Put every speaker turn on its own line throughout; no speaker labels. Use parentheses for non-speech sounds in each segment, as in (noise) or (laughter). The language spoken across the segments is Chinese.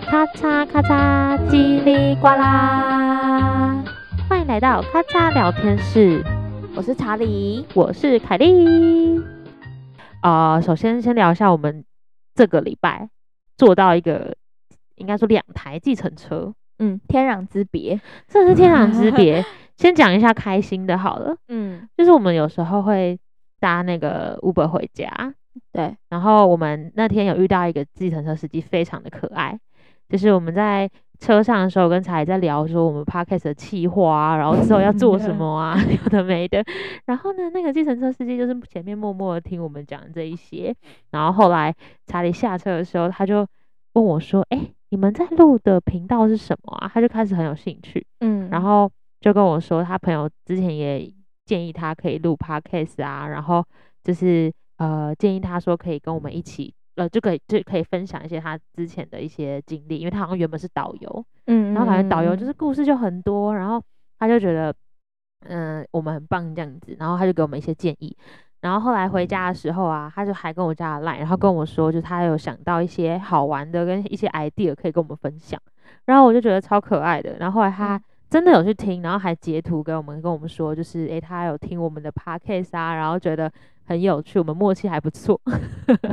咔嚓咔嚓，叽里呱啦。欢迎来到咔嚓聊天室，
我是查理。
我是凯莉。啊、首先先聊一下我们这个礼拜坐到一个，应该说两台计程车，
嗯，天壤之别。
真的是天壤之别。先讲一下开心的好了，
嗯，
就是我们有时候会搭那个 Uber 回家，
对，
然后我们那天有遇到一个计程车司机，非常的可爱。就是我们在车上的时候，跟查理在聊说我们 podcast 的企划啊，然后之后要做什么啊， (laughs) 有的没的。然后呢，那个计程车司机就是前面默默的听我们讲这一些，然后后来查理下车的时候，他就问我说：“哎、你们在录的频道是什么啊？”他就开始很有兴趣，
嗯
然后就跟我说，他朋友之前也建议他可以录 podcast 啊，然后就是呃建议他说可以跟我们一起，呃就可以就可以分享一些他之前的一些经历，因为他好像原本是导游，
嗯，
然后感觉导游就是是故事就很多，然后他就觉得嗯、我们很棒这样子，然后他就给我们一些建议。然后后来回家的时候啊，他就还跟我加了 line，然后跟我说，就他有想到一些好玩的跟一些 idea 可以跟我们分享，然后我就觉得超可爱的。然后后来他真的有去听，然后还截图给我们，跟我们说，就是诶，他有听我们的 podcast 啊，然后觉得很有趣，我们默契还不错。 (laughs)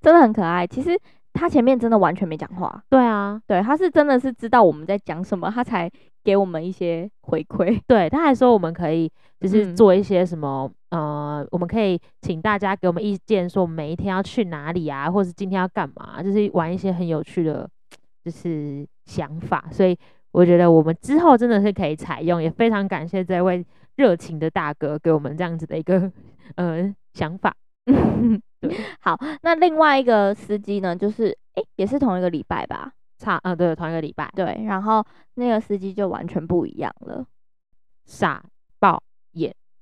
真的很可爱。其实他前面真的完全没讲话，
对啊，
对，他是真的是知道我们在讲什么，他才给我们一些回馈。 (laughs)
对，他还说我们可以就是
嗯
做一些什么，呃，我们可以请大家给我们意见，说我们每一天要去哪里啊，或是今天要干嘛，啊就是玩一些很有趣的，就是想法。所以我觉得我们之后真的是可以采用，也非常感谢这位热情的大哥给我们这样子的一个呃想法。对，
好，那另外一个司机呢，就是诶，也是同一个礼拜吧，
差嗯、呃、对，同一个礼拜，
对，然后那个司机就完全不一样了，
傻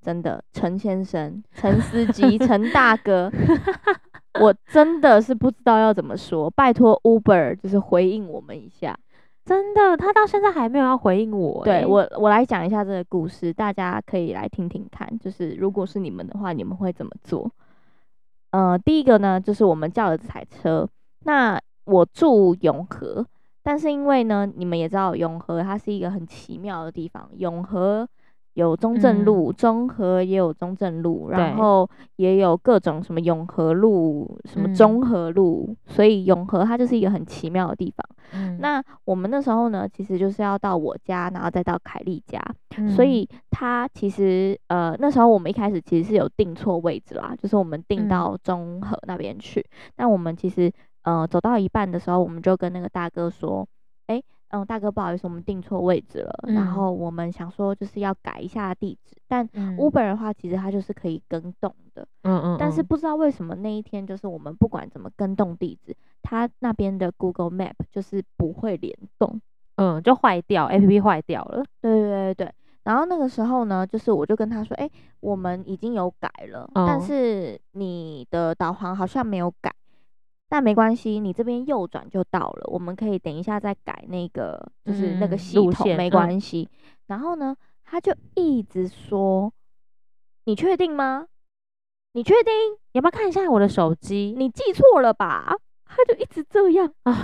真的，陈先生、陈司机、陈大哥， (laughs) 我真的是不知道要怎么说，拜托 Uber 就是回应我们一下。
真的，他到现在还没有要回应我欸、
对我，我来讲一下这个故事，大家可以来听听看。就是如果是你们的话，你们会怎么做？呃，第一个呢，就是我们叫了这台车。那我住永和，但是因为呢，你们也知道永和它是一个很奇妙的地方，永和有中正路，中和也有中正路，
嗯对
然后也有各种什么永和路、什么
嗯
中和路，所以永和它就是一个很奇妙的地方。
嗯
那我们那时候呢，其实就是要到我家，然后再到凯莉家，
嗯
所以他其实呃那时候我们一开始其实是有定错位置啦，就是我们
嗯
定到中和那边去。那、我们其实呃走到一半的时候，我们就跟那个大哥说，哎、嗯，大哥不好意思，我们定错位置了，
嗯
然后我们想说就是要改一下地址，但
嗯
Uber 的话其实它就是可以跟动的。
嗯嗯，
但是
嗯
不知道为什么那一天，就是我们不管怎么跟动地址，它那边的 Google Map 就是不会联动。
嗯就坏掉，A P P 坏掉了。
对对对对。然后那个时候呢，就是我就跟他说，哎、我们已经有改了，
哦
但是你的导航好像没有改，但没关系，你这边右转就到了，我们可以等一下再改那个，就是那个
嗯
系
路
统，
线
没
嗯
关系。然后呢，他就一直说，你确定吗？你确定？
你要不要看一下我的手机？
你记错了吧？他就一直这样，
啊，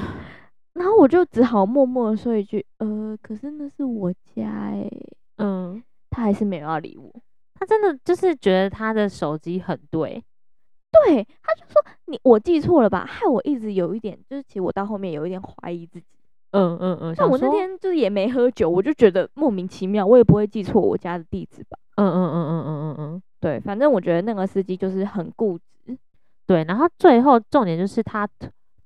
然后我就只好默默的说一句，呃，可是那是我家哎、
嗯，
他还是没有要理我。
他真的就是觉得他的手机很对，
对，他就说你我记错了吧，害我一直有一点，就是其实我到后面有一点怀疑自己。
嗯嗯嗯，
但
想
我那
说，
天就是也没喝酒，我就觉得莫名其妙，我也不会记错我家的地址吧。
嗯嗯嗯嗯嗯嗯嗯，
对，反正我觉得那个司机就是很固执。
对，然后最后重点就是他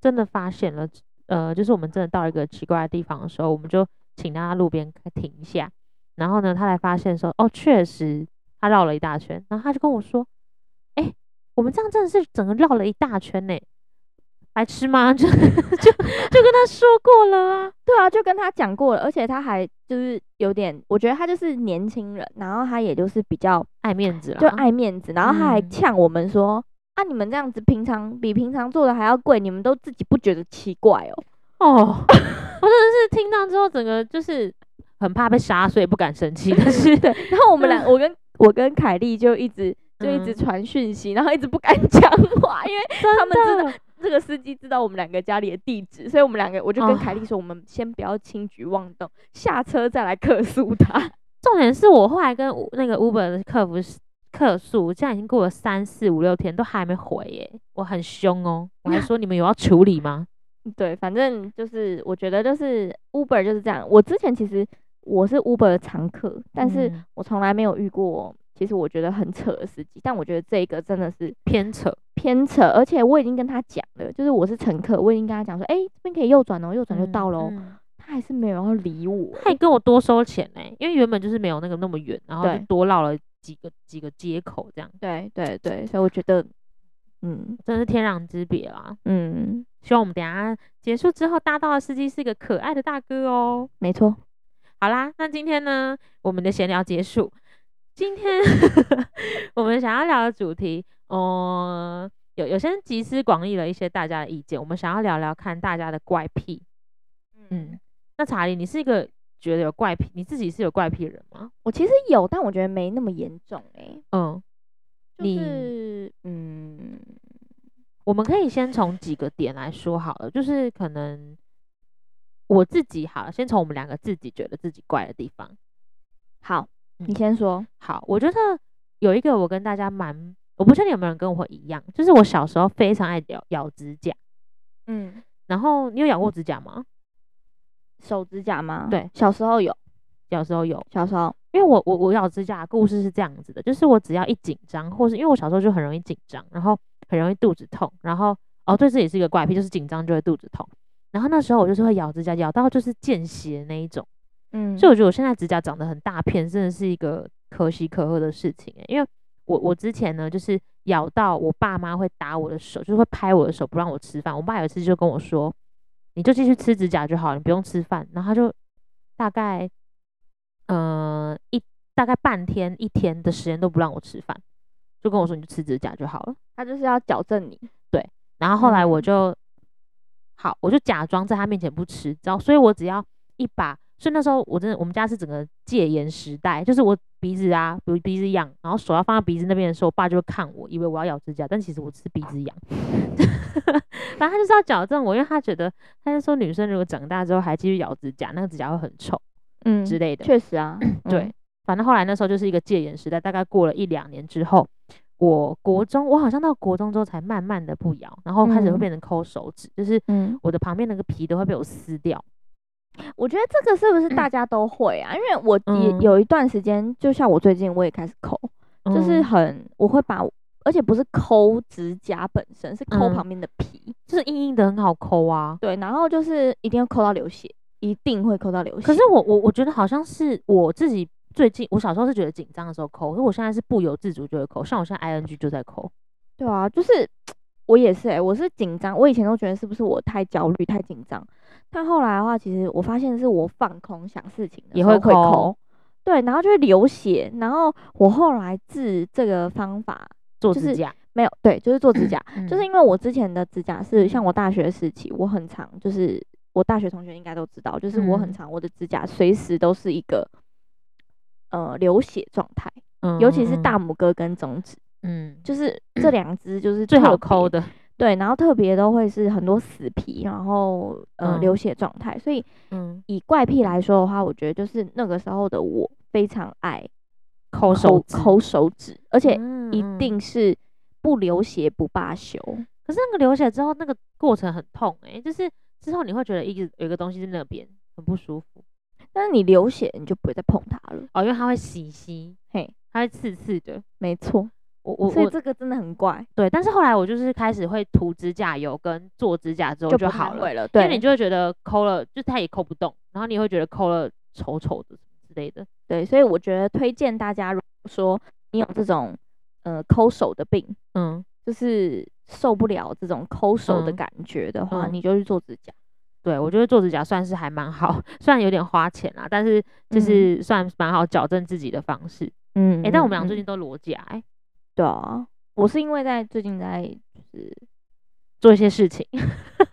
真的发现了，呃，就是我们真的到一个奇怪的地方的时候，我们就请他路边停一下，然后呢，他才发现说，哦，确实他绕了一大圈，然后他就跟我说，哎、我们这样真的是整个绕了一大圈呢、白痴吗？ (laughs) 就就就跟他说过了啊，
对啊，就跟他讲过了，而且他还就是有点，我觉得他就是年轻人，然后他也就是比较
爱面子啦，啊
就爱面子，然后他还
嗯
呛我们说。啊！你们这样子平常比平常做的还要贵，你们都自己不觉得奇怪 (laughs) 哦？
(laughs) 哦，我真的是听到之后，整个就是很怕被杀，所以不敢生气。但 (laughs) 是，
对，然后我们俩，我跟我跟凯莉就一直就一直
嗯
(laughs) 传讯息，然后一直不敢讲话，因为他们知道
道，
这个司机知道我们两个家里的地址，所以我们两个我就跟
哦
凯莉说，我们先不要轻举妄动，下车再来客诉他。
重点是我后来跟 U- 那个 Uber 的客服是客诉，现在已经过了三四五六天都还没回耶、我很凶哦，我还说你们有要处理吗？
(laughs) 对，反正就是我觉得就是 Uber 就是这样。我之前其实我是 Uber 的常客，但是
嗯
我从来没有遇过，其实我觉得很扯的司机。但我觉得这一个真的是
偏扯，
偏扯，而且我已经跟他讲了，就是我是乘客，我已经跟他讲说，哎、这边可以右转哦，右转就到喽、
嗯嗯
他还是没有要理我、
他还跟我多收钱呢、因为原本就是没有那个那么远，然后就
对
多绕了几个几个街口，这样
对对对，所以我觉得，嗯
真是天壤之别啦。
嗯，
希望我们等一下结束之后，搭到的司机是个可爱的大哥哦。
没错，
好啦，那今天呢，我们的闲聊结束。今天 (laughs) 我们想要聊的主题，嗯，有有先集思广益了一些大家的意见，我们想要聊聊看大家的怪癖。嗯，那查理，你是一个觉得有怪癖，你自己是有怪癖的人吗？
我其实有，但我觉得没那么严重哎、
嗯，
就
你
是嗯，
我们可以先从几个点来说好了，就是可能我自己好了，先从我们两个自己觉得自己怪的地方。
好，你
嗯
先说，
好，我觉得有一个我跟大家蛮，我不确定有没有人跟我一样，就是我小时候非常爱咬咬指甲。
嗯。
然后你有咬过指甲吗？
手指甲吗？
对，
小时候有，
小时候有，
小时候，
因为我我我咬指甲的故事是这样子的，就是我只要一紧张，或是因为我小时候就很容易紧张，然后很容易肚子痛，然后哦对，这也是一个怪癖，就是紧张就会肚子痛。然后那时候我就是会咬指甲，咬到就是见血那一种，
嗯
所以我觉得我现在指甲长得很大片，真的是一个可喜可贺的事情、欸。因为我我之前呢，就是咬到我爸妈会打我的手，就是会拍我的手不让我吃饭。我爸有一次就跟我说：“你就继续吃指甲就好，你不用吃饭。”然后他就大概呃一大概半天一天的时间都不让我吃饭，就跟我说：“你就吃指甲就好了。
他就是要矫正你，”
然后后来我
嗯
就、好，我就假装在他面前不吃，然后所以我只要一把，所以那时候我真的我们家是整个戒严时代，就是我鼻子啊，比如鼻子痒，然后手要放到鼻子那边的时候，我爸就会看我，以为我要咬指甲，但其实我只是鼻子痒。 (laughs) 反正他就是要矫正我，因为他觉得他就说女生如果长大之后还继续咬指甲，那个指甲会很臭
嗯
之类的。
确实啊，嗯
对，，反正后来那时候就是一个戒严时代，大概过了一两年之后，我国中我好像到国中之后才慢慢的不咬，然后开始会
嗯
变成抠手指，就是
嗯，
我的旁边那个皮都会被我撕掉。
我觉得这个是不是大家都会啊？因为我也
嗯
有一段时间，就像我最近我也开始抠，就是
嗯
很我会把，而且不是抠指甲本身，是抠
嗯
旁边的皮，
就是硬硬的很好抠啊。
对，然后就是一定要抠到流血，一定会抠到流血。 (laughs)
可是我我我觉得好像是我自己最近，我小时候是觉得紧张的时候抠，可是我现在是不由自主就会抠，像我现在 ing 就在抠。
对啊，就是我也是哎、我是紧张，我以前都觉得是不是我太焦虑、太紧张，但后来的话，其实我发现是我放空想事情的
也
时候
会
会
抠
抠，对，然后就会流血，然后我后来治这个方法
做
就
指
是
甲，
没有，对，就是做指甲，就
嗯
是因为我之前的指甲是像我大学时期，我很常就是我大学同学应该都知道，就是我很
嗯
常我的指甲随时都是一个呃流血状态，
嗯
尤其是
嗯
大拇哥跟中指，
嗯，嗯 (clears throat)
就是这两只就是
最
特
好
别
抠的，
对，然后特别都会是很多死皮，然后呃、
嗯
流血状态。所以
嗯，
以怪癖来说的话，我觉得就是那个时候的我非常爱
抠
抠
手指，
抠手指，而且
嗯
一
嗯
定是不流血不罢休。
可是那个流血之后，那个过程很痛哎、就是之后你会觉得一直有一个东西在那边很不舒服
但是你流血，你就不会再碰它了。
哦，因为它会洗吸，
嘿，
它会刺刺的。
没错，
我我
所以
我
这个真的很怪，
对，但是后来我就是开始会涂指甲油跟做指甲之后
不太
好了，
会了。
因为
对
你就会觉得抠了，就是它也抠不动，然后你会觉得抠了丑丑的之类的。
对，所以我觉得推荐大家，如果说你有这种呃抠手的病，
嗯，
就是受不了这种抠手的
嗯
感觉的话，
嗯
你就去做指甲。
对我觉得做指甲算是还蛮好， (laughs) 虽然有点花钱啊，但是就是算蛮好矫正自己的方式。
嗯，
哎、
哎、
但我们俩
嗯
最近都裸甲哎、
对啊，我是因为在最近在
(laughs)
就是
做一些事情， (laughs)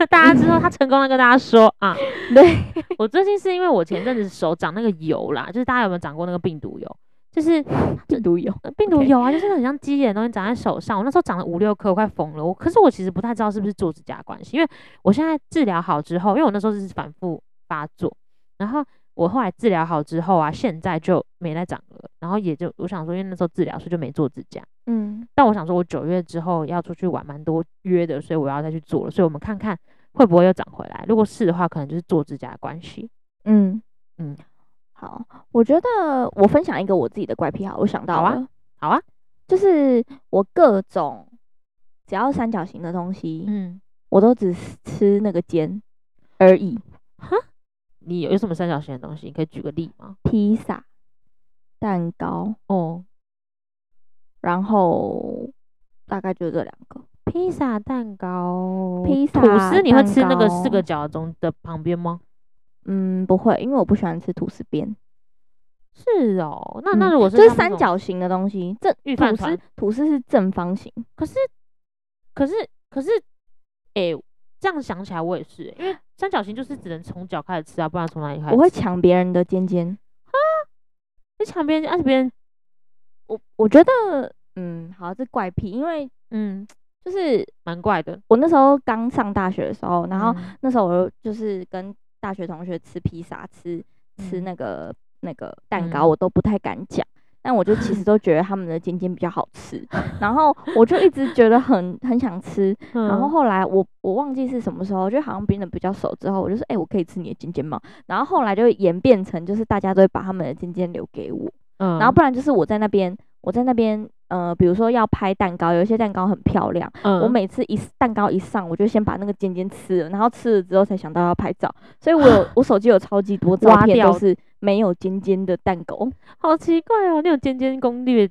大家知道他成功的跟大家说啊。
对，
我最近是因为我前阵子手长那个油啦，就是大家有没有长过那个病毒疣？就是
病毒有，
呃病毒
OK
有啊，就是很像鸡眼的东西长在手上。我那时候长了五六颗，我快疯了。我可是我其实不太知道是不是做指甲的关系，因为我现在治疗好之后，因为我那时候是反复发作，然后我后来治疗好之后啊，现在就没再长了。然后也就我想说，因为那时候治疗所以就没做指甲。
嗯，
但我想说，我九月之后要出去玩，蛮多约的，所以我要再去做了。所以我们看看会不会又长回来。如果是的话，可能就是做指甲的关系。
嗯
嗯，
好，我觉得我分享一个我自己的怪癖好，我想到
好啊
了，
好啊，
就是我各种只要三角形的东西，
嗯，
我都只吃那个尖而已。
你有有什么三角形的东西？你可以举个例吗？
披萨、蛋糕，
哦，
然后大概就这两个。
披萨、蛋糕、
披
吐
萨
司，你会
蛋
吃那个四
糕
个角中的旁边吗？
嗯，不会，因为我不喜欢吃吐司边，
哦是哦，那那
嗯
如果是
就是
像那
三
种，
角形的东西。正
预饭
吐
团
司，吐司是正方形。
可是可是可是，哎、这样想起来我也是欸、因为三角形就是只能从角开始吃啊，不然从哪里开始吃？
我会抢别人的尖尖。
你抢别人，而且别人，
我我觉得，嗯，好，这怪癖，因为
嗯，
就是
蛮怪的。
我那时候刚上大学的时候，然后
嗯
那时候我就是跟大学同学吃披萨，吃吃
嗯
那个那个蛋糕，
嗯
我都不太敢讲。但我就其实都觉得他们的尖尖比较好吃，然后我就一直觉得很很想吃，
嗯
然后后来我我忘记是什么时候，就好像变得比较熟之后，我就说，哎、我可以吃你的尖尖吗？然后后来就演变成就是大家都会把他们的尖尖留给我，
嗯，
然后不然就是我在那边我在那边呃，比如说要拍蛋糕，有一些蛋糕很漂亮，
嗯
我每次一蛋糕一上，我就先把那个尖尖吃了，然后吃了之后才想到要拍照，所以我 (sniffs) 有我手机有超级多照
挖
片
掉
都是没有尖尖的蛋糕，
好奇怪哦，你有尖尖攻略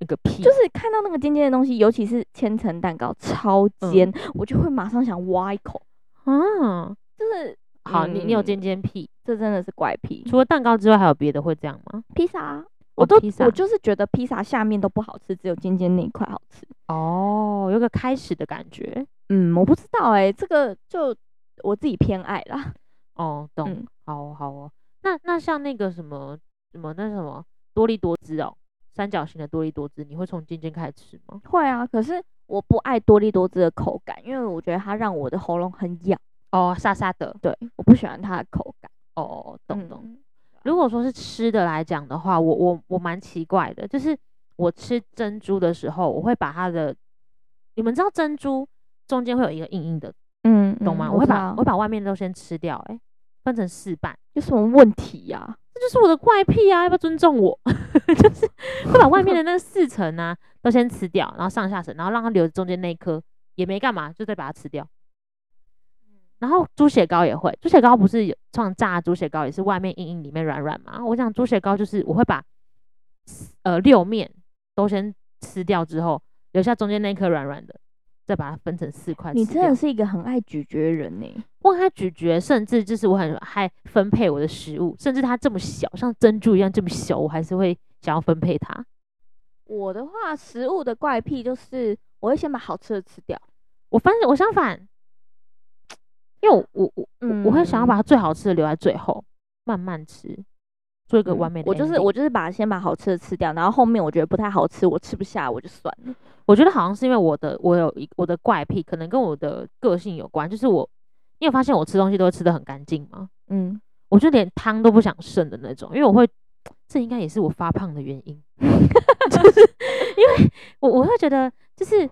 那个屁，
就是看到那个尖尖的东西，尤其是千层蛋糕超尖，我就会马上想挖一口，
啊，
就是
好，你你有
嗯
尖尖屁，
这真的是怪癖。
除了蛋糕之外，还有别的会这样吗？
披萨啊、
哦
我都
披萨
我就是觉得披萨下面都不好吃，只有尖尖那一块好吃。
哦，有个开始的感觉。
嗯，我不知道哎、这个就我自己偏爱啦。
哦，懂，
嗯
好哦好哦。那那像那个什么什么那什么多利多汁哦，三角形的多利多汁，你会从尖尖开始吃吗？
会啊，可是我不爱多利多汁的口感，因为我觉得它让我的喉咙很痒。
哦，沙沙的，
对，我不喜欢它的口感。
哦，懂懂。
嗯
如果说是吃的来讲的话，我我我蛮奇怪的，就是我吃珍珠的时候，我会把它的，你们知道珍珠中间会有一个硬硬的，
嗯，
懂吗？
嗯
我会
知
把
道
我会把外面都先吃掉、欸，分成四瓣，
有什么问题呀、
这就是我的怪癖啊，要不要尊重我？ (laughs) 就是会把外面的那四层啊 (laughs) 都先吃掉，然后上下层，然后让它留中间那一颗，也没干嘛，就再把它吃掉。
嗯
然后猪血糕也会，猪血糕不是有创炸猪血糕也是外面硬硬里面软软嘛？我想猪血糕就是我会把呃六面都先吃掉之后，留下中间那颗软软的，再把它分成四块吃
你真的
掉。
是一个很爱咀嚼的人呢、
我很爱咀嚼，甚至就是我很爱分配我的食物，甚至它这么小，像珍珠一样这么小，我还是会想要分配它。
我的话，食物的怪癖就是我会先把好吃的吃掉。
我反正我相反，因为我我我
嗯
我会想要把它最好吃的留在最后，慢慢吃，做一个完美的
嗯我
ending、
就是我就是把先把好吃的吃掉，然后后面我觉得不太好吃，我吃不下我就算了。
我觉得好像是因为我的我有一我的怪癖，可能跟我的个性有关。就是我，你有发现我吃东西都会吃的很干净吗？
嗯，
我就连汤都不想剩的那种，因为我会，这应该也是我发胖的原因， (laughs) 就是因为我我会觉得，就是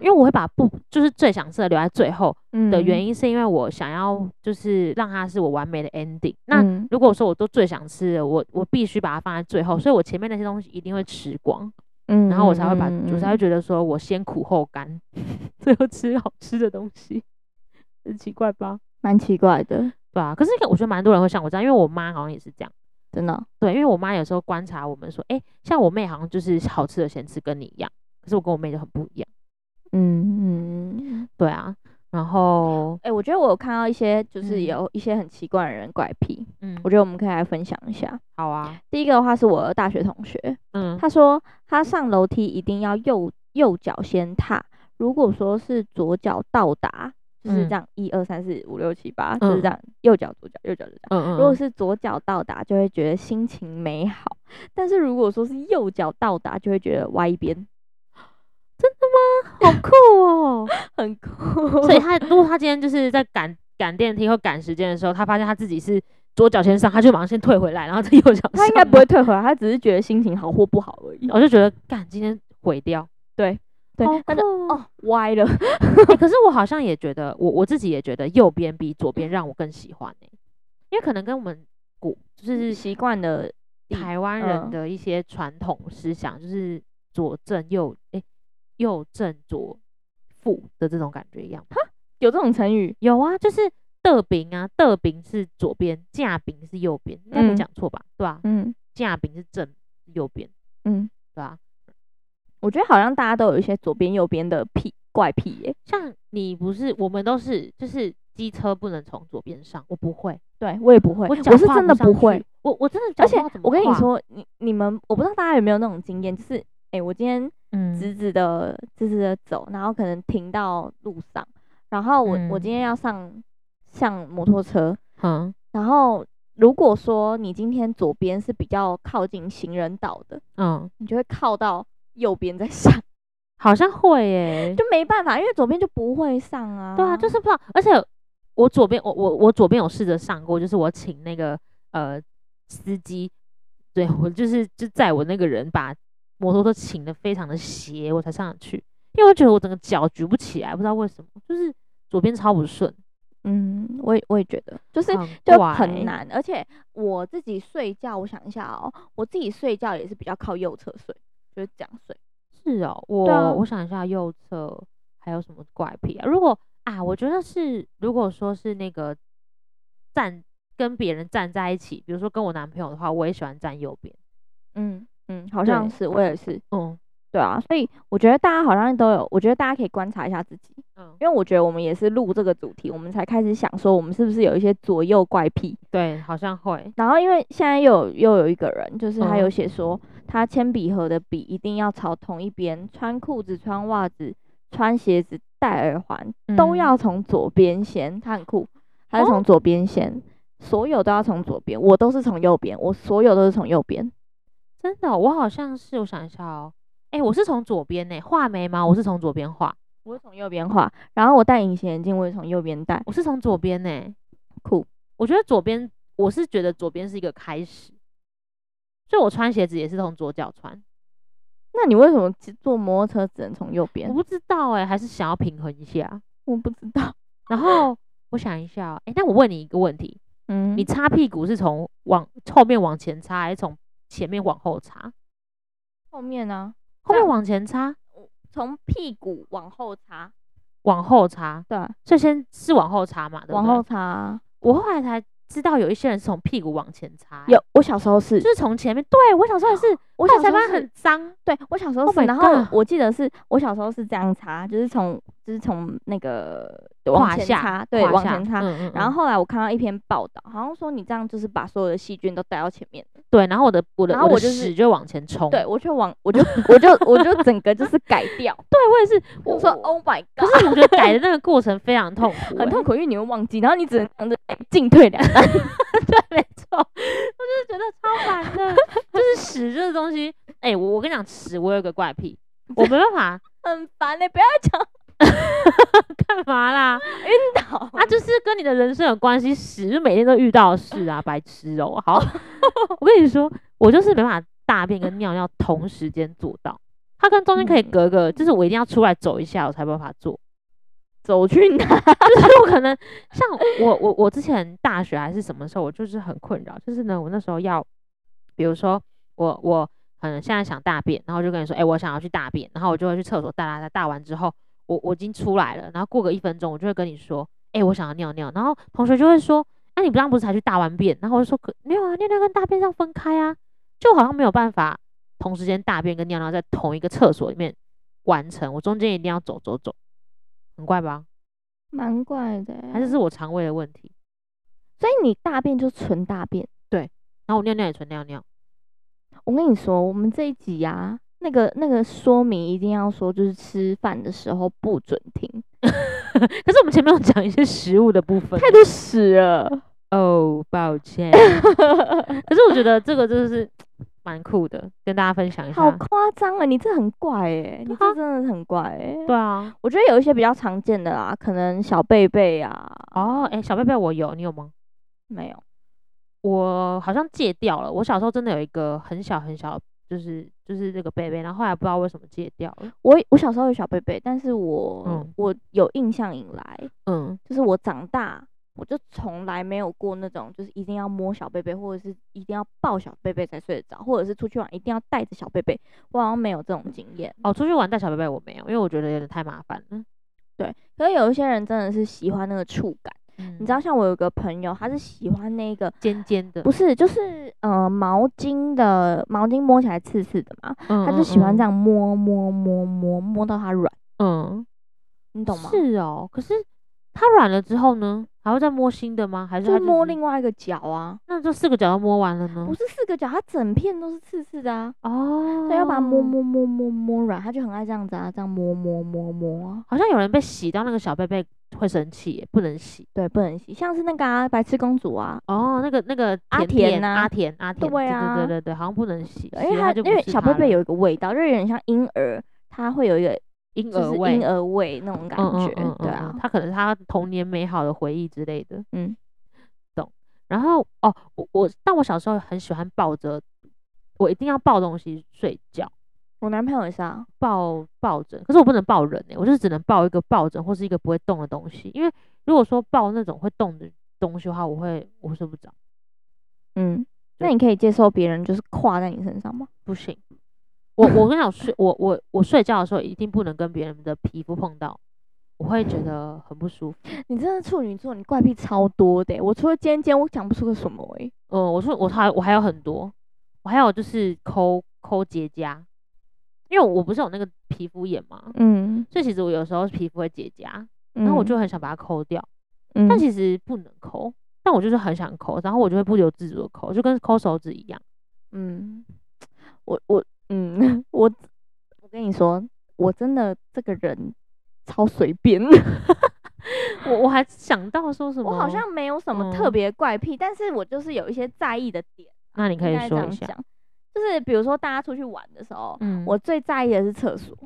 因为我会把不就是最想吃的留在最后的原
因。
因，是因为我想要就是让它是我完美的 ending。那
嗯
如果说我都最想吃的，我我必须把它放在最后，所以我前面那些东西一定会吃光。
嗯
然后我才会把，
嗯
我才会觉得说我先苦后甘， (laughs) 最后吃好吃的东西， (laughs) 很奇怪吧？
蛮奇怪的，
对啊，可是我觉得蛮多人会像我这样，因为我妈好像也是这样。
真的哦、
对，因为我妈有时候观察我们说，诶，像我妹好像就是好吃的先吃，跟你一样。可是我跟我妹就很不一样。
嗯嗯，
对啊，然后
哎、我觉得我有看到一些，就是
嗯
有一些很奇怪的人怪癖，
嗯，
我觉得我们可以来分享一下。
好啊，
第一个的话是我的大学同学，
嗯，
他说他上楼梯一定要右右脚先踏，如果说是左脚到达，就是
嗯
这样一二三四五六七八，就是这样右脚左脚右脚左脚。
嗯嗯，
如果是左脚到达，就会觉得心情美好，但是如果说是右脚到达，就会觉得歪一边，
好酷哦！
很酷。
所以他如果他今天就是在赶赶电梯或赶时间的时候，他发现他自己是左脚先上，他就马上先退回来，然后再右脚上。
(laughs) 他应该不会，退回来，他只是觉得心情好或不好而已。
我就觉得干今天毁掉。
对
哦好，
他就
酷
哦歪了，
欸可是我好像也觉得，我我自己也觉得右边比左边让我更喜欢欸因为可能跟我们古就是
习惯了地
台湾
嗯
人的一些传统思想，就是左正右诶、右正左负的这种感觉一样吧。
有这种成语，
有啊，就是的饼啊，的饼是左边，架饼是右边，应该没
嗯
讲错吧？对啊，
嗯
架饼是正右边，
嗯，
对啊。
我觉得好像大家都有一些左边右边的癖怪癖耶。
像你不是，我们都是，就是机车不能从左边上，我不会，
对我也不会，
我
我
脚
是
跨
真的
不
不
上
会
去，，我我真的脚
而
不知
且
道怎么
我跟你
跨，
说，你你们，我不知道大家有没有那种经验，就是哎、诶我今天
嗯，
直直的直直的走，然后可能停到路上，然后我、我
嗯
今天要上上摩托车，
嗯
然后如果说你今天左边是比较靠近行人道的，
嗯，
你就会靠到右边再上，
好像会耶、
就没办法，因为左边就不会上啊。
嗯对啊，就是不知道，而且我左边，我我我左边有试着上过，就是我请那个呃司机，对我就是就载我那个人把摩托车请的非常的斜，我才上得去，因为我觉得我整个脚举不起来，不知道为什么，就是左边超不顺，
嗯，我也我也觉得，就是
很
就
怪
很。难，而且我自己睡觉，我想一下哦，我自己睡觉也是比较靠右侧睡，就是这样睡。
是哦，我、
啊
我想一下，右侧还有什么怪癖啊？如果啊，我觉得是，如果说是那个站跟别人站在一起，比如说跟我男朋友的话，我也喜欢站右边。
嗯嗯，好
对
像是，我也是，
嗯
对啊，所以我觉得大家好像都有，我觉得大家可以观察一下自己，
嗯，
因为我觉得我们也是录这个主题，我们才开始想说我们是不是有一些左右怪癖。
对，好像会。
然后因为现在又有又有一个人，就是他有
嗯
写说他铅笔盒的笔一定要朝同一边，穿裤子、穿袜子、穿鞋子、戴耳环都
嗯
要从左边先，他很酷，他是
哦
从左边先，所有都要从左边，我都是从右边，我所有都是从右边。
真的哦、我好像是，我想一下哦。哎、我是从左边呢、画眉毛我是从左边画，
我是从右边画，然后我戴隐形眼镜，我也从右边戴，
我是从左边呢、
酷。
我觉得左边，我是觉得左边是一个开始，所以我穿鞋子也是从左脚穿。
那你为什么只坐摩托车只能从右边
我？不知道哎、还是想要平衡一下。
我不知道。
然后我想一下、哦，哎、那我问你一个问题：
嗯，
你擦屁股是从往后面往前擦，还是从前面往后擦？
后面呢、
后
这
面
样
往前擦，
从屁股往后插，
往后擦，
对啊，
所以先是往后擦嘛，对不
往
对
后插啊。
我后来才知道，有一些人是从屁股往前擦、欸，
有，我小时候是哦
就，是从前面。对我小时候也是，
我
后来
小
才
时候
发现
是
很，脏。
对我小时候
Oh
是，
my
然后
god
我记得是我小时候是这样插，就是从就是从那个
胯
往前
下
插，对，
胯
往
下
前插。
嗯嗯
然
嗯
后后来我看到一篇报道，好像说你这样就是把所有的细菌都带到前面，
对，然后我的我的
然后
我
我
的
就是
屎就往前冲。
对我就往我就我就我就整个就是改 (laughs) 掉。
对我也是，
我
我
说
我
Oh my
可
god，
是我觉得改的那个过程非常痛
(laughs)
苦、
很
欸
痛苦，因为你会忘记，然后你只能这样子哎进退两难。
没错，我就是觉得超烦的， (laughs) 就是屎这个东西。哎、我我跟你讲，屎我有一个怪癖，我没办法
很烦欸嘞、不要
干嘛啦？
晕倒。
它啊就是跟你的人生有关系，屎就每天都遇到的事啊，白痴哦、好， (laughs) 我跟你说，我就是没办法大便跟尿尿同时间做到，它跟中间可以
嗯
隔个，就是我一定要出来走一下，我才有办法做。
走去哪？
就是我可能像我我我之前大学还是什么时候，我就是很困扰，就是呢，我那时候要，比如说我我可能现在想大便，然后就跟你说，哎、我想要去大便，然后我就会去厕所大大大，大完之后，我我已经出来了，然后过个一分钟，我就会跟你说，哎、我想要尿尿，然后同学就会说，哎、你不刚不是才去大完便？然后我就说，可没有啊，尿尿跟大便要分开啊，就好像没有办法同时间大便跟尿尿在同一个厕所里面完成，我中间一定要走走走，很怪吧？
(laughs) 蛮怪的欸、
还是是我肠胃的问题？
所以你大便就纯大便。
然后我尿尿也纯尿 (laughs) 尿，
我跟你说，我们这一集啊，那个那个说明一定要说，就是吃饭的时候不准听，
可是我们前面有讲一些食物的部分
太多屎了。
(laughs) 哦，抱歉。可是我觉得这个就是蛮酷的，跟大家分享一
好
下。
夸张啊！你这很怪哎、
对
你
啊
这真的很怪哎、
对啊，
我觉得有一些比较常见的啦，可能小贝贝啊，
哦，哎、小贝贝我有，你有吗？
没有，
我好像戒掉了。我小时候真的有一个很小很小，就是就是这个贝贝，然后后来不知道为什么戒掉了。
我我小时候有小贝贝，但是我、
嗯
我有印象以来，
嗯，
就是我长大，我就从来没有过那种就是一定要摸小贝贝，或者是一定要抱小贝贝才睡得着，或者是出去玩一定要带着小贝贝，我好像没有这种经验。
哦，出去玩带小贝贝我没有，因为我觉得有点太麻烦了。
对，可是有一些人真的是喜欢那个触感，
嗯
你知道，像我有个朋友，他是喜欢那个
尖尖的，
不是就是呃毛巾的毛巾摸起来刺刺的嘛，
嗯
他就喜欢这。样摸摸摸摸摸到它软，
嗯，
你懂吗？
是哦，可是它软了之后呢，还会再摸新的吗？还是嗯
就
它
是摸
是
另外一个角啊，
那这四个角都摸完了呢
不？是四个角，它整片都是刺刺的啊。
哦，
对，要把它摸。摸摸摸摸软，他就很爱这样子啊，这样摸摸摸摸啊。
好像有人被洗到那个小贝贝会生气耶，不能洗。
对，不能洗，像是那个啊，白痴公主啊，
哦，那个那个
阿
甜
田
点
呐
阿甜阿甜，
对
对
啊
对对，好像不能洗，
因为
洗了它
它
就不
因为
是
小
它
贝贝
了
有一个味道，就是有点像婴儿，它会有一个
婴
就
儿
是
味，
婴儿味那种感
嗯嗯
觉，
嗯
对
嗯
啊
嗯，他可能是他童年美好的回忆之类的，
嗯，
懂。然后哦，我我但我小时候很喜欢抱着，我一定要抱东西睡觉，
我男朋友也是啊，
抱抱枕，可是我不能抱人哎、我就是只能抱一个抱枕或是一个不会动的东西，因为如果说抱那种会动的东西的话，我会我睡不着，
嗯，那
对
你可以接受别人就是跨在你身上吗？ (laughs)
不行。我我跟你讲，睡我我我睡觉的时候一定不能跟别人的皮肤碰到，我会觉得很不舒服。
你真的处女座，你怪癖超多的欸、我除了尖尖，我讲不出个什么欸诶、
呃，我说我还我还有很多，我还有就是抠抠结痂，因为我不是有那个皮肤炎嘛，
嗯，
所以其实我有时候皮肤会结痂，
然
然后我就很想把它抠掉，
嗯，
但其实不能抠，但我就是很想抠，然后我就会不由自主的抠，就跟抠手指一样。
嗯，我我嗯， (laughs) 我我跟你说，我真的这个人超随便的， (laughs)
我我还想到说什么，
我好像没有什么特
嗯
别怪癖，但是我就是有一些在意的点，
那你可
应
以
该这
说一
样
下，
讲，就是比如说大家出去玩的时候，
嗯，
我最在意的是厕所，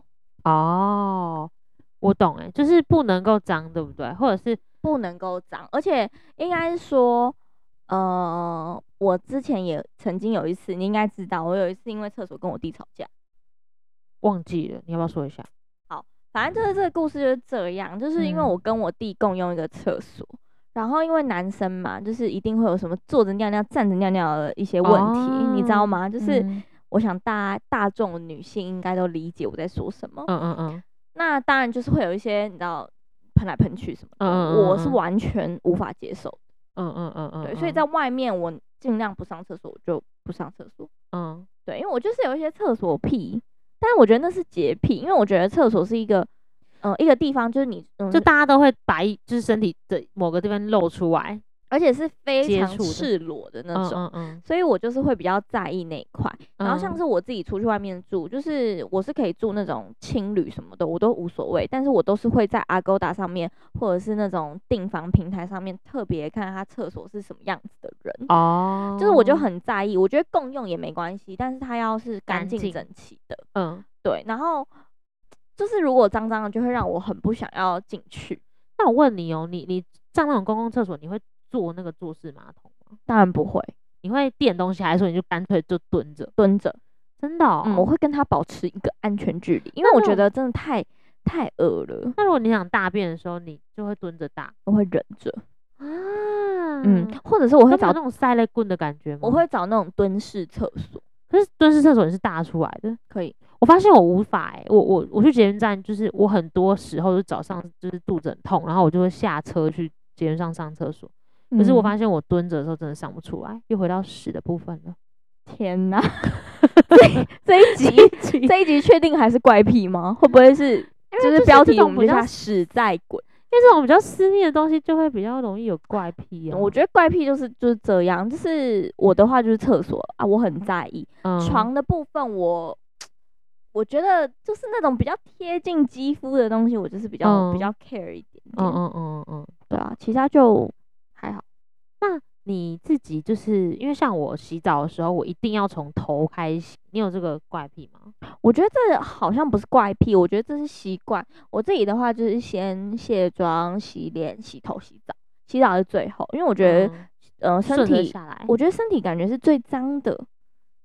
哦，我懂哎、就是不能够脏，对不对？或者是
不能够脏，而且应该是说，呃，我之前也曾经有一次，你应该知道，我有一次因为厕所跟我弟吵架。
忘记了，你要不要说一下？
反正就是这个故事就是这样，就是因为
嗯
我跟我弟共用一个厕所，然后因为男生嘛，就是一定会有什么坐着尿尿、站着尿尿的一些问题，你知道
哦
吗？就是
嗯
我想大大众女性应该都理解我在说什么。
嗯嗯嗯
那当然就是会有一些你知道喷来喷去什么的，
嗯嗯嗯
我是
嗯
完全无法接受的。
嗯嗯嗯嗯，
对，所以
嗯
在外面我尽量不上厕所，我就不上厕所。
嗯。
对，因为我就是有一些厕所癖，但是我觉得那是洁癖，因为我觉得厕所是一个，呃，一个地方就是你，嗯，
就大家都会把一就是身体的某个地方露出来
而且是非
接
常
触的
赤裸的那种，
嗯嗯
所以我就是会比较在意那一块。
嗯，
然后像
嗯
是我自己出去外面住，就是我是可以住那种青旅什么的，我都无所谓，但是我都是会在 Agoda 上面或者是那种订房平台上面特别看他厕所是什么样子的人。
哦，
就是我就很在意，我觉得共用也没关系，但是它要是干
干
净
净
整齐的，
嗯，
对。然后就是如果脏脏的，就会让我很不想要进去。
那我问你哦，你你上那种公共厕所，你会坐那个坐式马桶吗？
当然不会
你会垫东西，还是说你就干脆就蹲着？
蹲着，
真的、哦
嗯，我会跟他保持一个安全距离，因为
那
我
那
觉
种
得真的太太恶了，
那如果你想大便的时候，你就会蹲着大
我会忍着，
啊
嗯，或者是我
会
会
找
找
那种塞肋棍的感觉吗？
我会，找那种蹲式厕所，
可是蹲式厕所你是大出来的。
可以，
我发现我无法哎、我我我去捷运站，就是我很多时候是早上就是肚子很痛，然后我就会下车去捷运上上厕所。可是我发
现
现我蹲着的时候真的上不出来，又回到屎的部分了。 (laughs)
天哪， (laughs) 这一这一集
集
这一集确定还是怪癖吗？会不会是就
就是
是标
这
题
种
我们
比
就
较
叫“屎在滚
因为这种比较私密的东西就会比较容易有怪癖”？啊。
我觉得怪癖就是就是这样，就是我的话就是厕所啊，我很在意，
嗯
床的部分我。我觉得就是那种比较贴近肌肤的东西，我就是比较、比
嗯
较 care 一点点。
嗯嗯嗯嗯嗯。
对啊，其他就还好。
你自己就是因为像我洗澡的时候，我一定要从头开始洗。你有这个怪癖吗？
我觉得这好像不是怪癖，我觉得这是习惯。我自己的话就是先卸妆、洗脸、洗头、洗澡，洗澡是最后，因为我觉得，
嗯
呃，身
顺着
体，
下来，
我觉得身体感觉是最脏的。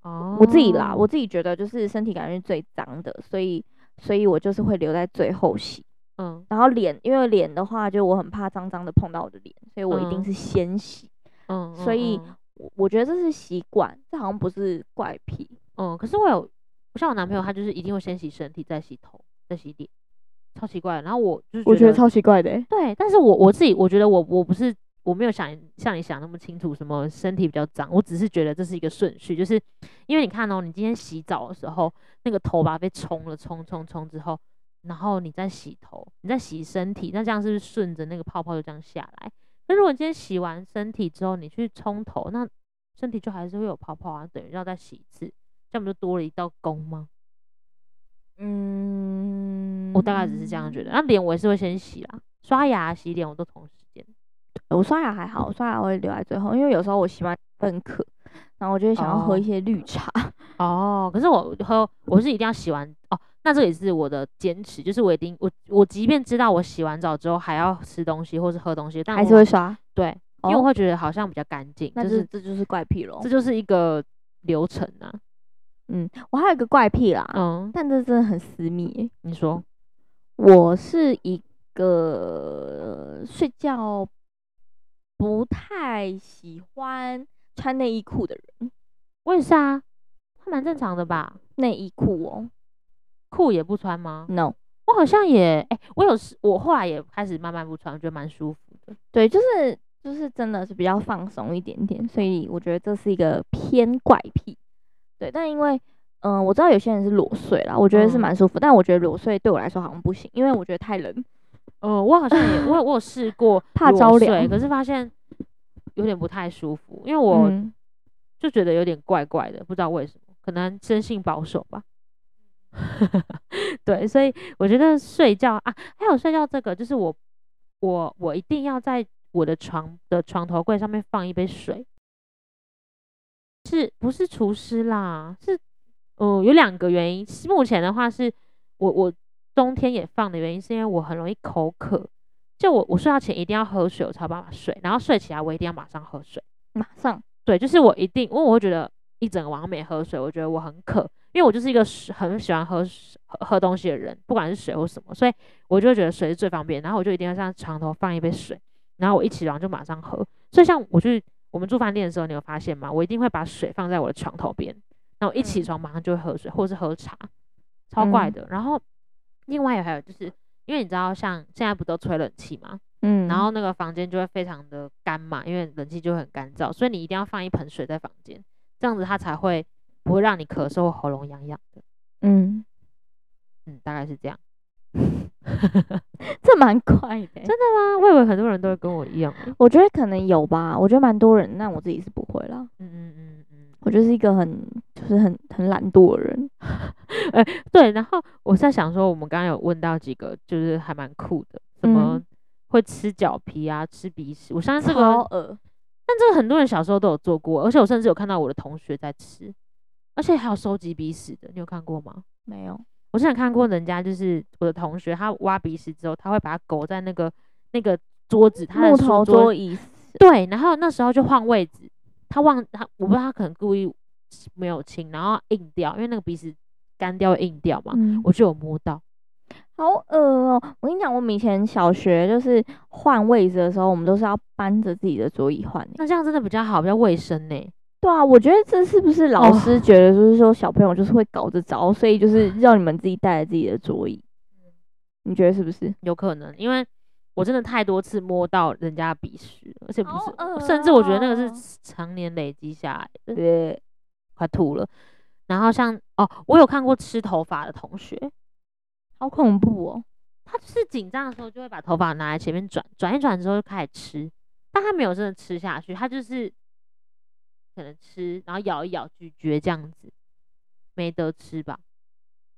哦
我自己啦，我自己觉得就是身体感觉是最脏的，所以，所以我就是会留在最后洗。
嗯
然后脸，因为脸的话，就我很怕脏脏的碰到我的脸，所以我一定
嗯
是先洗。
嗯，
所以
嗯
我我觉得这是习惯，这好像不是怪癖。
嗯，可是我有，像我男朋友，他就是一定会先洗身体，再洗头，再洗脸，超奇怪的。然后我就是得
奇怪的、欸。
对，但是我我自己我觉得我我不是我没有想像你想那么清楚，什么身体比较脏，我只是觉得这是一个顺序，就是因为你看哦，你今天洗澡的时候，那个头发被冲了，冲冲冲之后，然后你再洗头，你再洗身体，那这样是不是顺着那个泡泡就这样下来？那如果你今天洗完身体之后，你去冲头，那身体就还是会有泡泡啊，等于要再洗一次，这样不就多了一道工吗？
嗯，
我大概只是这样觉得。。啊那脸我也是会先洗啦，刷牙、洗脸我都同时间。
我刷牙还好，我刷牙会留在最后，因为有时候我洗完很渴，然后我就会想要喝
哦
一些绿茶。 (laughs)
哦，可是我喝我是一定要洗完哦，那这也是我的坚持，就是我一定我我即便知道我洗完澡之后还要吃东西或是喝东西，但
还
我
是会刷，
对，因为我会觉得好像比较干净，
那
就
就是是这就是怪癖咯
这。就是一个流程啊。
嗯，我还有一个怪癖啦，
嗯，
但这真的很私密欸、
你说
我是一个睡觉不太喜欢穿内衣裤的人，
我也是啊，还蛮正常的吧？
内衣裤哦
裤也不穿吗？
，no，
我好像也哎、我有时我后来也开始慢慢不穿，我觉得蛮舒服的。
对，就是就是真的是比较放松一点点，所以我觉得这是一个偏怪癖。对，但因为嗯、呃我知道有些人是裸睡啦，我觉得是
嗯
蛮舒服，但我觉得裸睡对我来说好像不行，因为我觉得太冷，
嗯，我好像也我有我有试过
怕
裸
着
睡
凉
可是发现有点不太舒服，
(laughs)
因为我。
嗯
就觉得有点怪怪的，不知道为什么，可能生性保守吧。 (laughs) 对，所以我觉得睡觉啊，还有睡觉这个，就是我我我一定要在我的床的床头柜上面放一杯水，是不是厨师啦？是嗯，有两个原因。是目前的话是，我我冬天也放的原因，是因为我很容易口渴。就我我睡觉前一定要喝水，我才有办法睡，然后睡起来我一定要马上喝水。
马上
对，就是我一定，因为我会觉得一整个晚上没喝水，我觉得我很渴，因为我就是一个水很喜欢喝水喝喝东西的人，不管是水或什么，所以我就会觉得水是最方便。然后我就一定要上床头放一杯水，然后我一起床就马上喝。所以像我去我们住饭店的时候，你有发现吗？我一定会把水放在我的床头边，然后一起
嗯
床马上就会喝水，或者是喝茶，超怪
嗯
的。然后另外还有就是。因为你知道，像现在不都吹冷气吗？
嗯，
然后那个房间就会非常的干嘛，因为冷气就会很干燥，所以你一定要放一盆水在房间，这样子它才会不会让你咳嗽或喉咙痒痒的。
嗯，
嗯，大概是这样。
这蛮怪的欸、
真啊，我以为很多人都会跟我一样欸。
我觉得可能有吧，我觉得蛮多人，但我自己是不会啦。
嗯嗯嗯嗯 (laughs)
我就是一个很就是很很懒惰的人，
嗯，对。然后我在想说，我们刚刚有问到几个，就是还蛮酷的，什么
嗯
会吃脚皮啊，吃鼻屎。我相信这
超
个，
恶。
但这个很多人小时候都有做过，而且我甚至有看到我的同学在吃，而且还有收集鼻屎的，你有看过吗？
没有，
我之前看过人家，就是我的同学，他挖鼻屎之后，他会把它勾在那个那个桌子，他的
木
书
头桌
桌
椅
对，然后那时候就换位置，他忘他，我不知道他可能故意没有清，然后硬掉，因为那个鼻屎干掉会硬掉嘛，
嗯，
我就有摸到，
好恶哦、我跟你讲，我们以前小学就是换位置的时候，我们都是要搬着自己的桌椅换、欸。
那这样真的比较好，比较卫生呢、
对啊，我觉得这是不是老
哦
师觉得就是说小朋友就是会搞这招，所以就是让你们自己带着自己的桌椅？你觉得是不是？
有可能，因为我真的太多次摸到人家的鼻屎，而且不
好
是，
恶
甚至我觉得那个
哦
是常年累积下来的。
对，
快吐了。然后像哦，我有看过吃头发的同学，
好恐怖哦、
他就是紧张的时候就会把头发拿来前面转，转一转之后就开始吃，但他没有真的吃下去，他就是可能吃，然后咬一咬，咀嚼这样子，没得吃吧？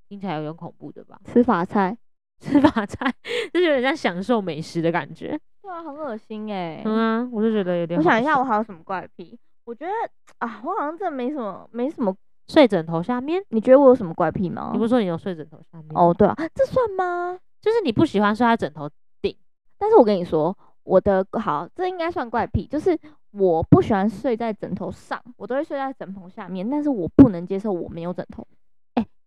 听起来有点恐怖的吧？ (laughs)
吃法菜，
吃法菜，就有点像享受美食的感觉。
对啊，很恶心哎、
嗯啊，我就觉得有点
我
好
想一下，
笑
我还有什么怪癖？我觉得啊，我好像真的没什么，没什么。
睡枕头下面，
你觉得我有什么怪癖吗？
你不是说你有睡枕头下面吗？
哦哦，对啊，这算吗？
就是你不喜欢睡在枕头，
但是我跟你说，我的好，这应该算怪癖，就是我不喜欢睡在枕头上，我都会睡在枕头下面，但是我不能接受我没有枕头，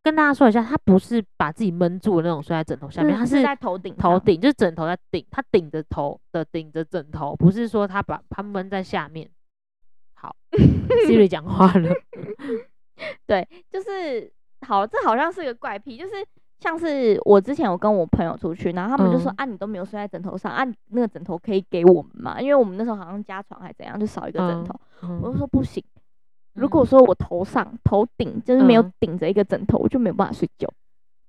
跟大家说一下，他不是把自己闷住的那种睡在枕头下面，
就
他
是
是
在头顶
头
上，
顶，就是枕头在顶，他顶着头的顶着枕头，不是说他把他闷在下面。
(laughs)
好，Siri 讲话了，
对，就是好，这好像是个怪癖，就是。像是我之前有跟我朋友出去，然后他们就说、
嗯
啊，你都没有睡在枕头上啊，你那个枕头可以给我们吗？因为我们那时候好像加床还怎样，就少一个枕
嗯
头。 (laughs) 我嗯就
嗯
说不行，如果说我头上头顶就是没有
嗯
顶着一个枕头，我就没有办法睡觉。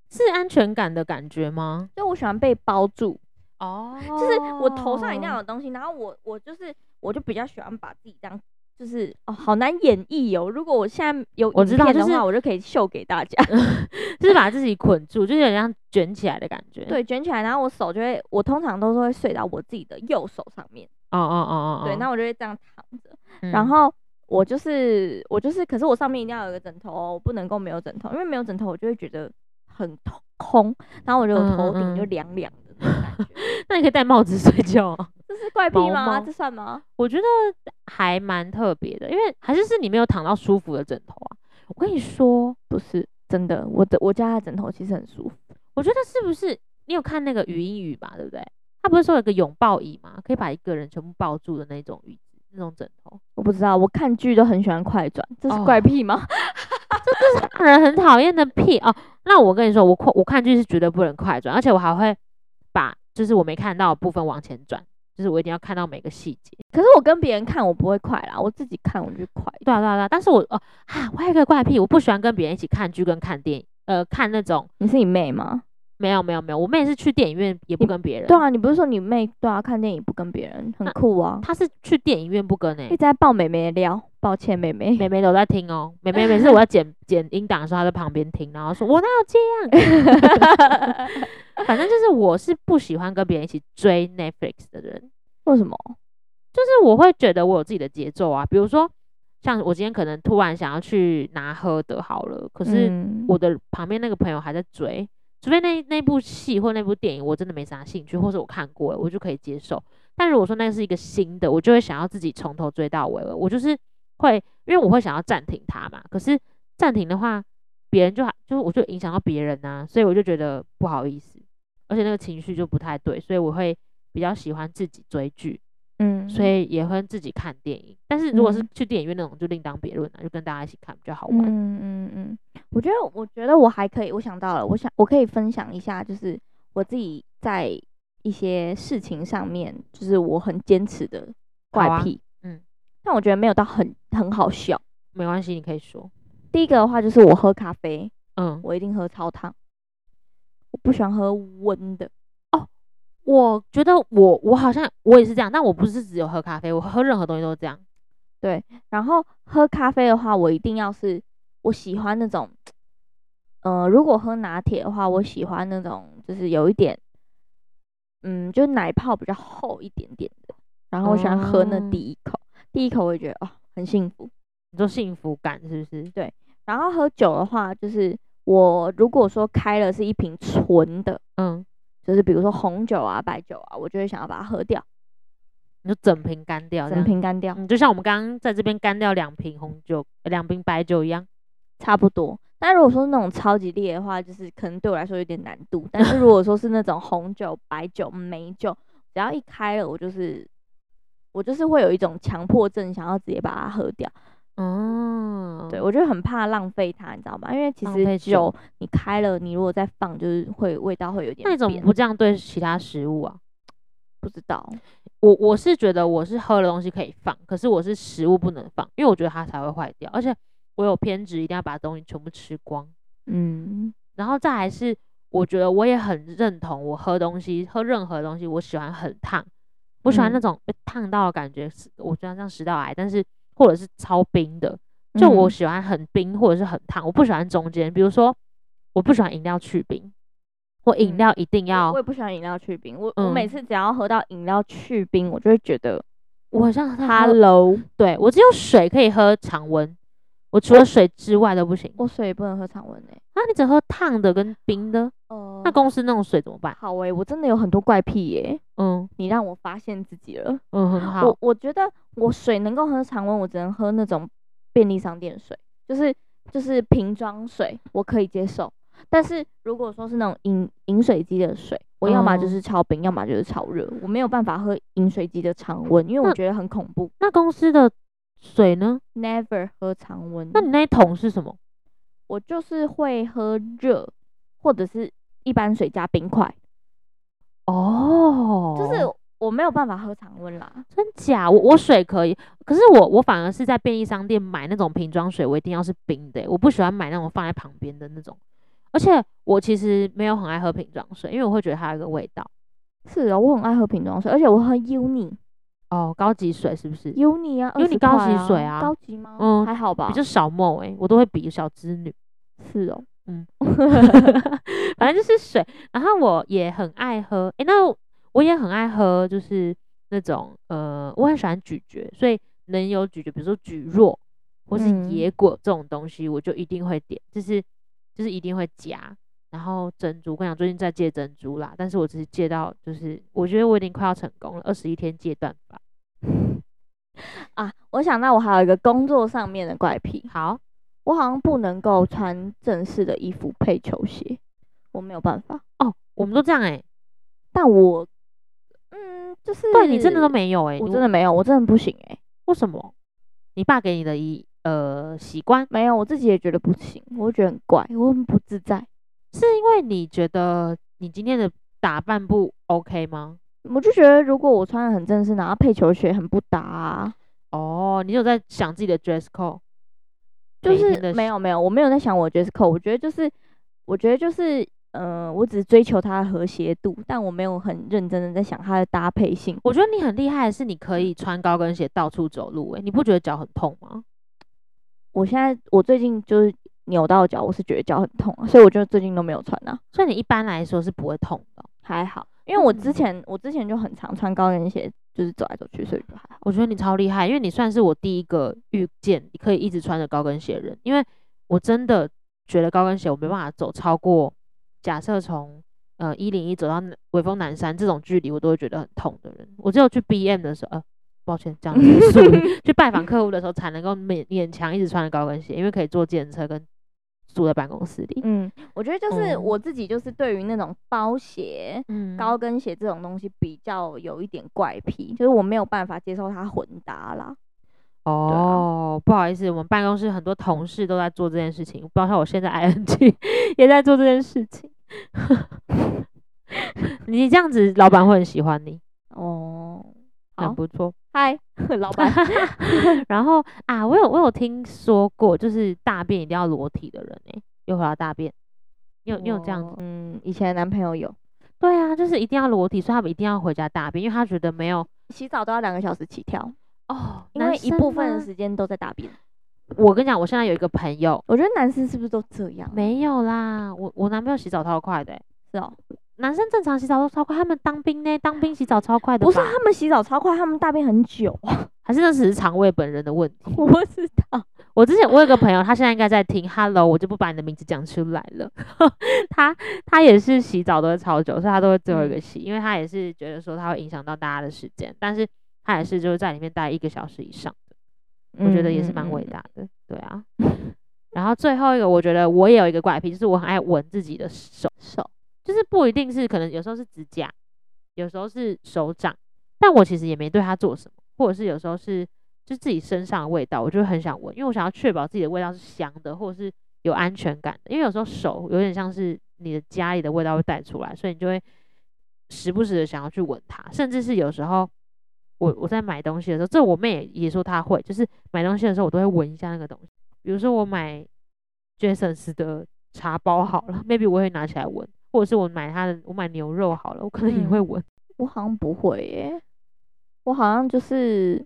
是安全感的感觉吗？
所以我喜欢被包住，
哦，
就是我头上一 (laughs) 定要有东西，然后我我就是我就比较喜欢把自己这样，就是哦好难演绎哦。如果我现在有
我
影
知道
片的
就是
话，我就可以秀给大家。
就是把自己捆住，就是有点像卷起来的感觉。，
对，卷起来，然后我手就会，我通常都是会睡到我自己的右手上面，
哦哦哦哦，
对，那
哦
我就会这样躺着，
嗯
然后。我就是我就是，可是我上面一定要有一个枕头哦，我不能够没有枕头，因为没有枕头我就会觉得很痛空，然后我觉得我头顶
嗯
就
嗯嗯
凉凉的那种感觉， (laughs)
那你可以戴帽子睡觉啊、
这是怪癖
毛
吗？
毛
这算吗？
我觉得还蛮特别的，因为还是是你没有躺到舒服的枕头啊。我跟你说，
不是真的，我的我家的枕头其实很舒服。
我觉得是不是你有看那个语音语吧，对不对？他不是说有个拥抱椅嘛，可以把一个人全部抱住的那种椅子，那种枕头，
我不知道，我看剧都很喜欢快转，这是
哦
怪癖吗？ (laughs)
让人很讨厌的屁哦。那我跟你说，我快我看剧是绝对不能快转，而且我还会把就是我没看到的部分往前转，就是我一定要看到每个细节。
可是我跟别人看我不会快啦，我自己看我就快。
对啊对啊对啊，但是我哦啊，我还有一个怪癖，我不喜欢跟别人一起看剧跟看电影，呃，看那种
你是你妹吗？
没有没有没有，我妹是去电影院也不
你
跟别人，
对啊，你不是说你妹对啊，看电影不跟别人，很
那
酷啊。
她是去电影院不跟欸诶、
一直在爆妹妹的料，抱歉妹妹。
妹妹都在听哦，妹妹每次我要剪剪音档的时候，她在旁边听，然后说我哪有这样， (laughs) 反正就是我是不喜欢跟别人一起追 Netflix 的人，
为什么？
就是我会觉得我有自己的节奏啊，比如说像我今天可能突然想要去拿喝的好了，可
可
是我的旁边那个朋友还在追，除非那那部戏或那部电影我真的没啥兴趣，或是我看过了，我就可以接受。但如果说那是一个新的，我就会想要自己从头追到尾了。我就是会，因为我会想要暂停它嘛。可是暂停的话，别人就还就我就影响到别人呐、所以我就觉得不好意思，而且那个情绪就不太对，所以我会比较喜欢自己追剧，
嗯
所以也会自己看电影。但是如果是
嗯
去电影院那种，就另当别论了、啊就跟大家一起看比较好玩。
嗯嗯嗯，我觉得我觉得我还可以，我想到了，我想我可以分享一下，就是我自己在一些事情上面，就是我很坚持的
好
怪
啊
癖。
嗯，
但我觉得没有到很很好笑。
没关系，你可以说，
第一个的话就是我喝咖啡，
嗯。
我一定喝超烫，我不喜欢喝温的。
我觉得我我好像我也是这样，但我不是只有喝咖啡，我喝任何东西都是这样。
然后喝咖啡的话，我一定要是我喜欢那种，呃，如果喝拿铁的话，我喜欢那种就是有一点，嗯，就是奶泡比较厚一点点的。然后我喜欢喝那
哦
第一口，第一口我也觉得哦很幸福。
你说幸福感是不是？
然后喝酒的话，就是我如果说开了是一瓶纯的，
嗯，
就是比如说红酒啊、白酒啊，我就会想要把它喝掉，
你就整瓶干掉这
整
样，
瓶干掉。
嗯，就像我们刚刚在这边干掉两瓶红酒、呃两瓶白酒一样。
差不多。那如果说是那种超级烈的话，就是可能对我来说有点难度。但是如果说是那种红酒、白酒、美酒，只要一开了，我就是我就是会有一种强迫症，想要直接把它喝掉。
哦，
对，我就很怕浪费它，你知道吗？因为其
浪
实
费
酒
酒
你开了，你如果再放，就是会味道会有点
那你怎么
变
不这样对其他食物啊？
不知道？
我我是觉得我是喝的东西可以放，可是我是食物不能放，因为我觉得它才会坏掉，而且我有偏执，一定要把东西全部吃光。
嗯，
然后再来是，我觉得我也很认同，我喝东西喝任何东西，我喜欢很烫，我喜欢那
嗯
种被烫到的感觉，是我虽然像食道癌，但是或者是超冰的，就我
嗯
喜欢很冰或者是很烫，我不喜欢中间，比如说我不喜欢饮料去冰，我饮
嗯
料一定要，
我也不喜欢饮料去冰，我、我每
嗯
次只要喝到饮料去冰，我就会觉得
我好像他
hello，
对我只有水可以喝常温，我除了水之外都不行。
我水也不能喝常温欸诶、
啊，你只喝烫的跟冰的，
哦，
那公司那种水怎么办？
好欸诶、我真的有很多怪癖耶、
嗯
你让我发现自己了。
嗯，很好
我。我觉得我水能够喝常温，我只能喝那种便利商店水，就是就是瓶装水，我可以接受。但是如果说是那种饮饮水机的水，我要么就
嗯
是超冰，要么就是超热，我没有办法喝饮水机的常温，因为我
那
觉得很恐怖。
那公司的水呢？
Never 喝常温，
那你那一桶是什么？
我就是会喝热，或者是一般水加冰块，
哦，
就是我没有办法喝常温啦。
真假？我我水可以，可是我我反而是在便利商店买那种瓶装水，我一定要是冰的欸、我不喜欢买那种放在旁边的那种。而且我其实没有很爱喝瓶装水，因为我会觉得它有一个味道。
是哦，我很爱喝瓶装水，而且我喝 Uni
哦，高级水是不是？
Uni 啊
，Uni
，Uni
高级水啊
高级吗？
嗯
还好吧，
比较少梦诶、我都会比小织女。
是哦，
(laughs) 反正就是水。然后我也很爱喝，诶、那我也很爱喝，就是那种呃，我很喜欢咀嚼，所以能有咀嚼，比如说蒟蒻或是
嗯
野果这种东西，我就一定会点，就是就是一定会加。然后珍珠，我跟你讲，最近在戒珍珠啦，但是我只是戒到，就是我觉得我已经快要成功了，二十一天戒断法。
啊，我想到我还有一个工作上面的怪癖，
好，
我好像不能够穿正式的衣服配球鞋，我没有办法。
哦我们都这样诶、
但我，嗯，就是
对你真的都，没有诶、
我
你
真的没有，我真的不行哎、
为什么？你爸给你的一呃习惯
没有，我自己也觉得不行，我觉得很怪，我很不自在，
是因为你觉得你今天的打扮不 OK 吗？
我就觉得如果我穿的很正式，然后配球鞋很不搭、啊，
哦，你有在想自己的 dress code？
就
每天
是
的
没
习
有没有，我没有在想我的 dress code，我觉得就是，我觉得就是，呃，我只追求它的和谐度，但我没有很认真的在想它的搭配性。
我觉得你很厉害的是，你可以穿高跟鞋到处走路、欸，你不觉得脚很痛吗？
我现在我最近就是扭到脚，我是觉得脚很痛、啊，所以我就最近都没有穿啊，
所以你一般来说是不会痛的哦。
还好，因为我之
嗯
前、我之前就很常穿高跟鞋，就是走来走去，所以就还好。
我觉得你超厉害，因为你算是我第一个遇见你可以一直穿着高跟鞋的人。因为我真的觉得高跟鞋我没办法走超过，假设从呃一零一走到南微风南山这种距离，我都会觉得很痛的人。我只有去 BM 的时候，呃，抱歉，这样子术语，去拜访客户的时候才能够勉勉强一直穿着高跟鞋，因为可以坐电车跟住在办公室里。
嗯，我觉得就是
嗯
我自己就是对于那种包鞋、
嗯
高跟鞋这种东西比较有一点怪癖，就是我没有办法接受它混搭啦。啊
哦，不好意思，我们办公室很多同事都在做这件事情，包括我现在 (laughs) ING 也在做这件事情。 (laughs) 你这样子，老板会很喜欢你，
哦，好
很不错。
嗨， (laughs) 老板，
然后啊，我有我有听说过，就是大便一定要裸体的人哎、又回到大便，你有你有这样
我
子？
嗯，以前的男朋友有，
对啊，就是一定要裸体，所以他们一定要回家大便，因为他觉得没有
洗澡都要两个小时起跳，
哦，
因为一部分的
是，
时间都在大便。
我跟你讲，我现在有一个朋友，
我觉得男生是不是都这样？
没有啦，我我男朋友洗澡超快的、欸。
是哦，
男生正常洗澡都超快，他们当兵呢，当兵洗澡超快的吧，
不是啊他们洗澡超快，他们大便很久啊， (laughs)
还是那只是肠胃本人的问题。
我不知道。
我之前我有个朋友，他现在应该在听，Hello，我就不把你的名字讲出来了。 (laughs) 他他也是洗澡都会超久，所以他都会最后一个
嗯
洗，因为他也是觉得说他会影响到大家的时间，但是他也是就是在里面待一个小时以上，我觉得也是蛮伟
嗯。
大的，对啊。 (laughs) 然后最后一个，我觉得我也有一个怪癖，就是我很爱闻自己的手。
手
就是不一定是，可能有时候是指甲，有时候是手掌，但我其实也没对它做什么，或者是有时候是就自己身上的味道，我就很想闻，因为我想要确保自己的味道是香的，或者是有安全感的，因为有时候手有点像是你的家里的味道会带出来，所以你就会时不时的想要去闻它，甚至是有时候。我我在买东西的时候，这我妹也也说她会，就是买东西的时候我都会闻一下那个东西。比如说我买 Jasons 的茶包好了，maybe 我会拿起来闻，或者是我买它的，我买牛肉好了，我可能也会
嗯
闻。
我好像不会耶，我好像就是，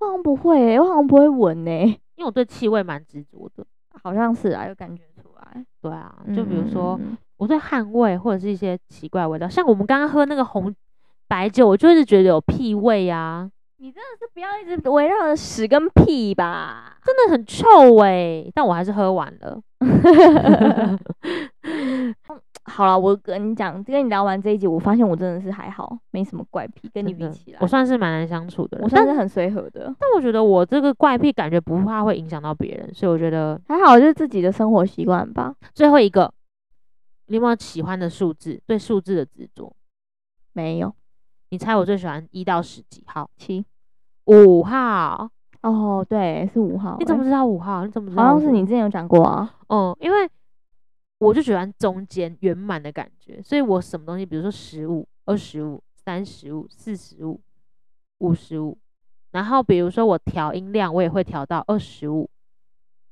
我好像不会耶，我好像不会闻呢，
因为我对气味蛮执着的。
好像是啊，有感觉出来。
对啊，就比如说
嗯，
我对汗味或者是一些奇怪的味道，像我们刚刚喝那个红白酒，我就是觉得有屁味啊，
你真的是不要一直嗯围绕着屎跟屁吧？
真的很臭哎、但我还是喝完了。
好了，我跟你讲，跟你聊完这一集，我发现我真的是还好，没什么怪癖， (laughs) 跟你
真
比
的
起来，
我算是蛮难相处的人，
我算
但
是很随和的，
但我觉得我这个怪癖感觉不怕会影响到别人，所以我觉得
还好就是自己的生活习惯吧，
最后一个，你有没有喜欢的数字？对数字的执着？
没有
你猜我最喜欢一到十几号？
七
五号？
哦，对，是五号欸，
你怎么知道五号？你怎么知道
好
我？
像是你之前有讲过啊，
哦、因为我就喜欢中间圆满的感觉，所以我什么东西，比如说十五、二十五、三十五、四十五、五十五，然后比如说我调音量，我也会调到二十五，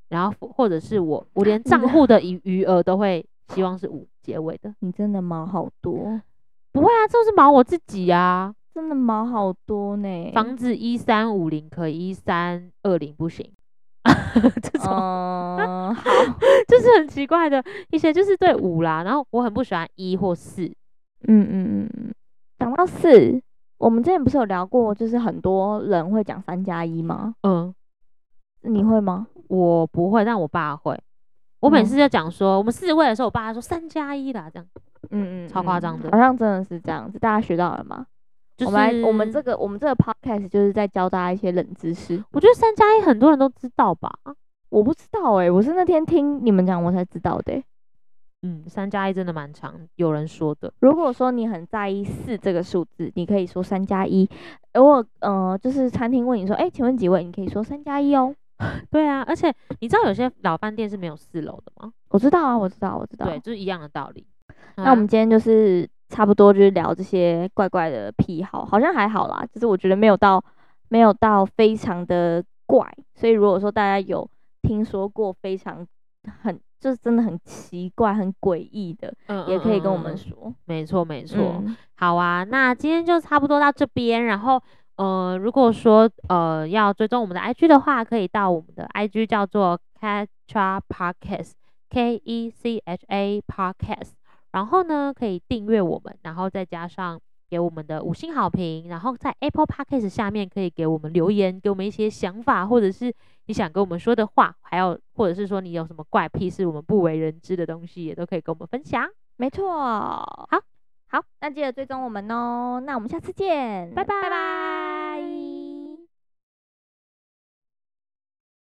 然后或者是我我连账户的余余额都会希望是五结尾的，
你真的毛好多，
不会啊，就是毛我自己啊，
真的毛好多呢，
房子一三五零可以，一三二零不行，这种。
(laughs) 嗯，好，
就是很奇怪的一些，就是对五啦，然后我很不喜欢一或四，
嗯嗯嗯嗯，讲到四，我们之前不是有聊过，就是很多人会讲三加一吗？
嗯，
你会吗？
我不会，但我爸会。我每
嗯
次就讲说，我们四位的时候，我爸说三加一啦，这样
嗯嗯，
超夸张
嗯
的
好像真的是这样子，大家学到了吗？
就是
我们来我们这个我们这个 podcast 就是在教大家一些冷知识。
我觉得三加一很多人都知道吧？
我不知道哎、我是那天听你们讲我才知道的欸、
嗯，三加一真的蛮长，有人说的。
如果说你很在意四这个数字，你可以说三加一。如果呃，就是餐厅问你说，哎、请问几位？你可以说三加一哦。
对啊，而且你知道有些老饭店是没有四楼的吗？
我知道啊，我知道，我知道。
对，就是一样的道理。
那我们今天就是差不多就是聊这些怪怪的癖好，好像还好啦，就是我觉得没有到没有到非常的怪，所以如果说大家有听说过非常很就是真的很奇怪、很诡异的，
嗯
也可以跟我们
嗯嗯嗯
说。
没错没错。
嗯
好啊，那今天就差不多到这边。然后，呃，如果说呃要追踪我们的 IG 的话，可以到我们的 IG 叫做 Catcha Podcast K E C H A Podcast。然后呢，可以订阅我们，然后再加上给我们的五星好评。然后在 Apple Podcast 下面可以给我们留言，给我们一些想法，或者是你想跟我们说的话，还有或者是说你有什么怪癖是我们不为人知的东西，也都可以跟我们分享。
没错，好好，那记得追踪我们哦。那我们下次见，
拜拜
拜拜。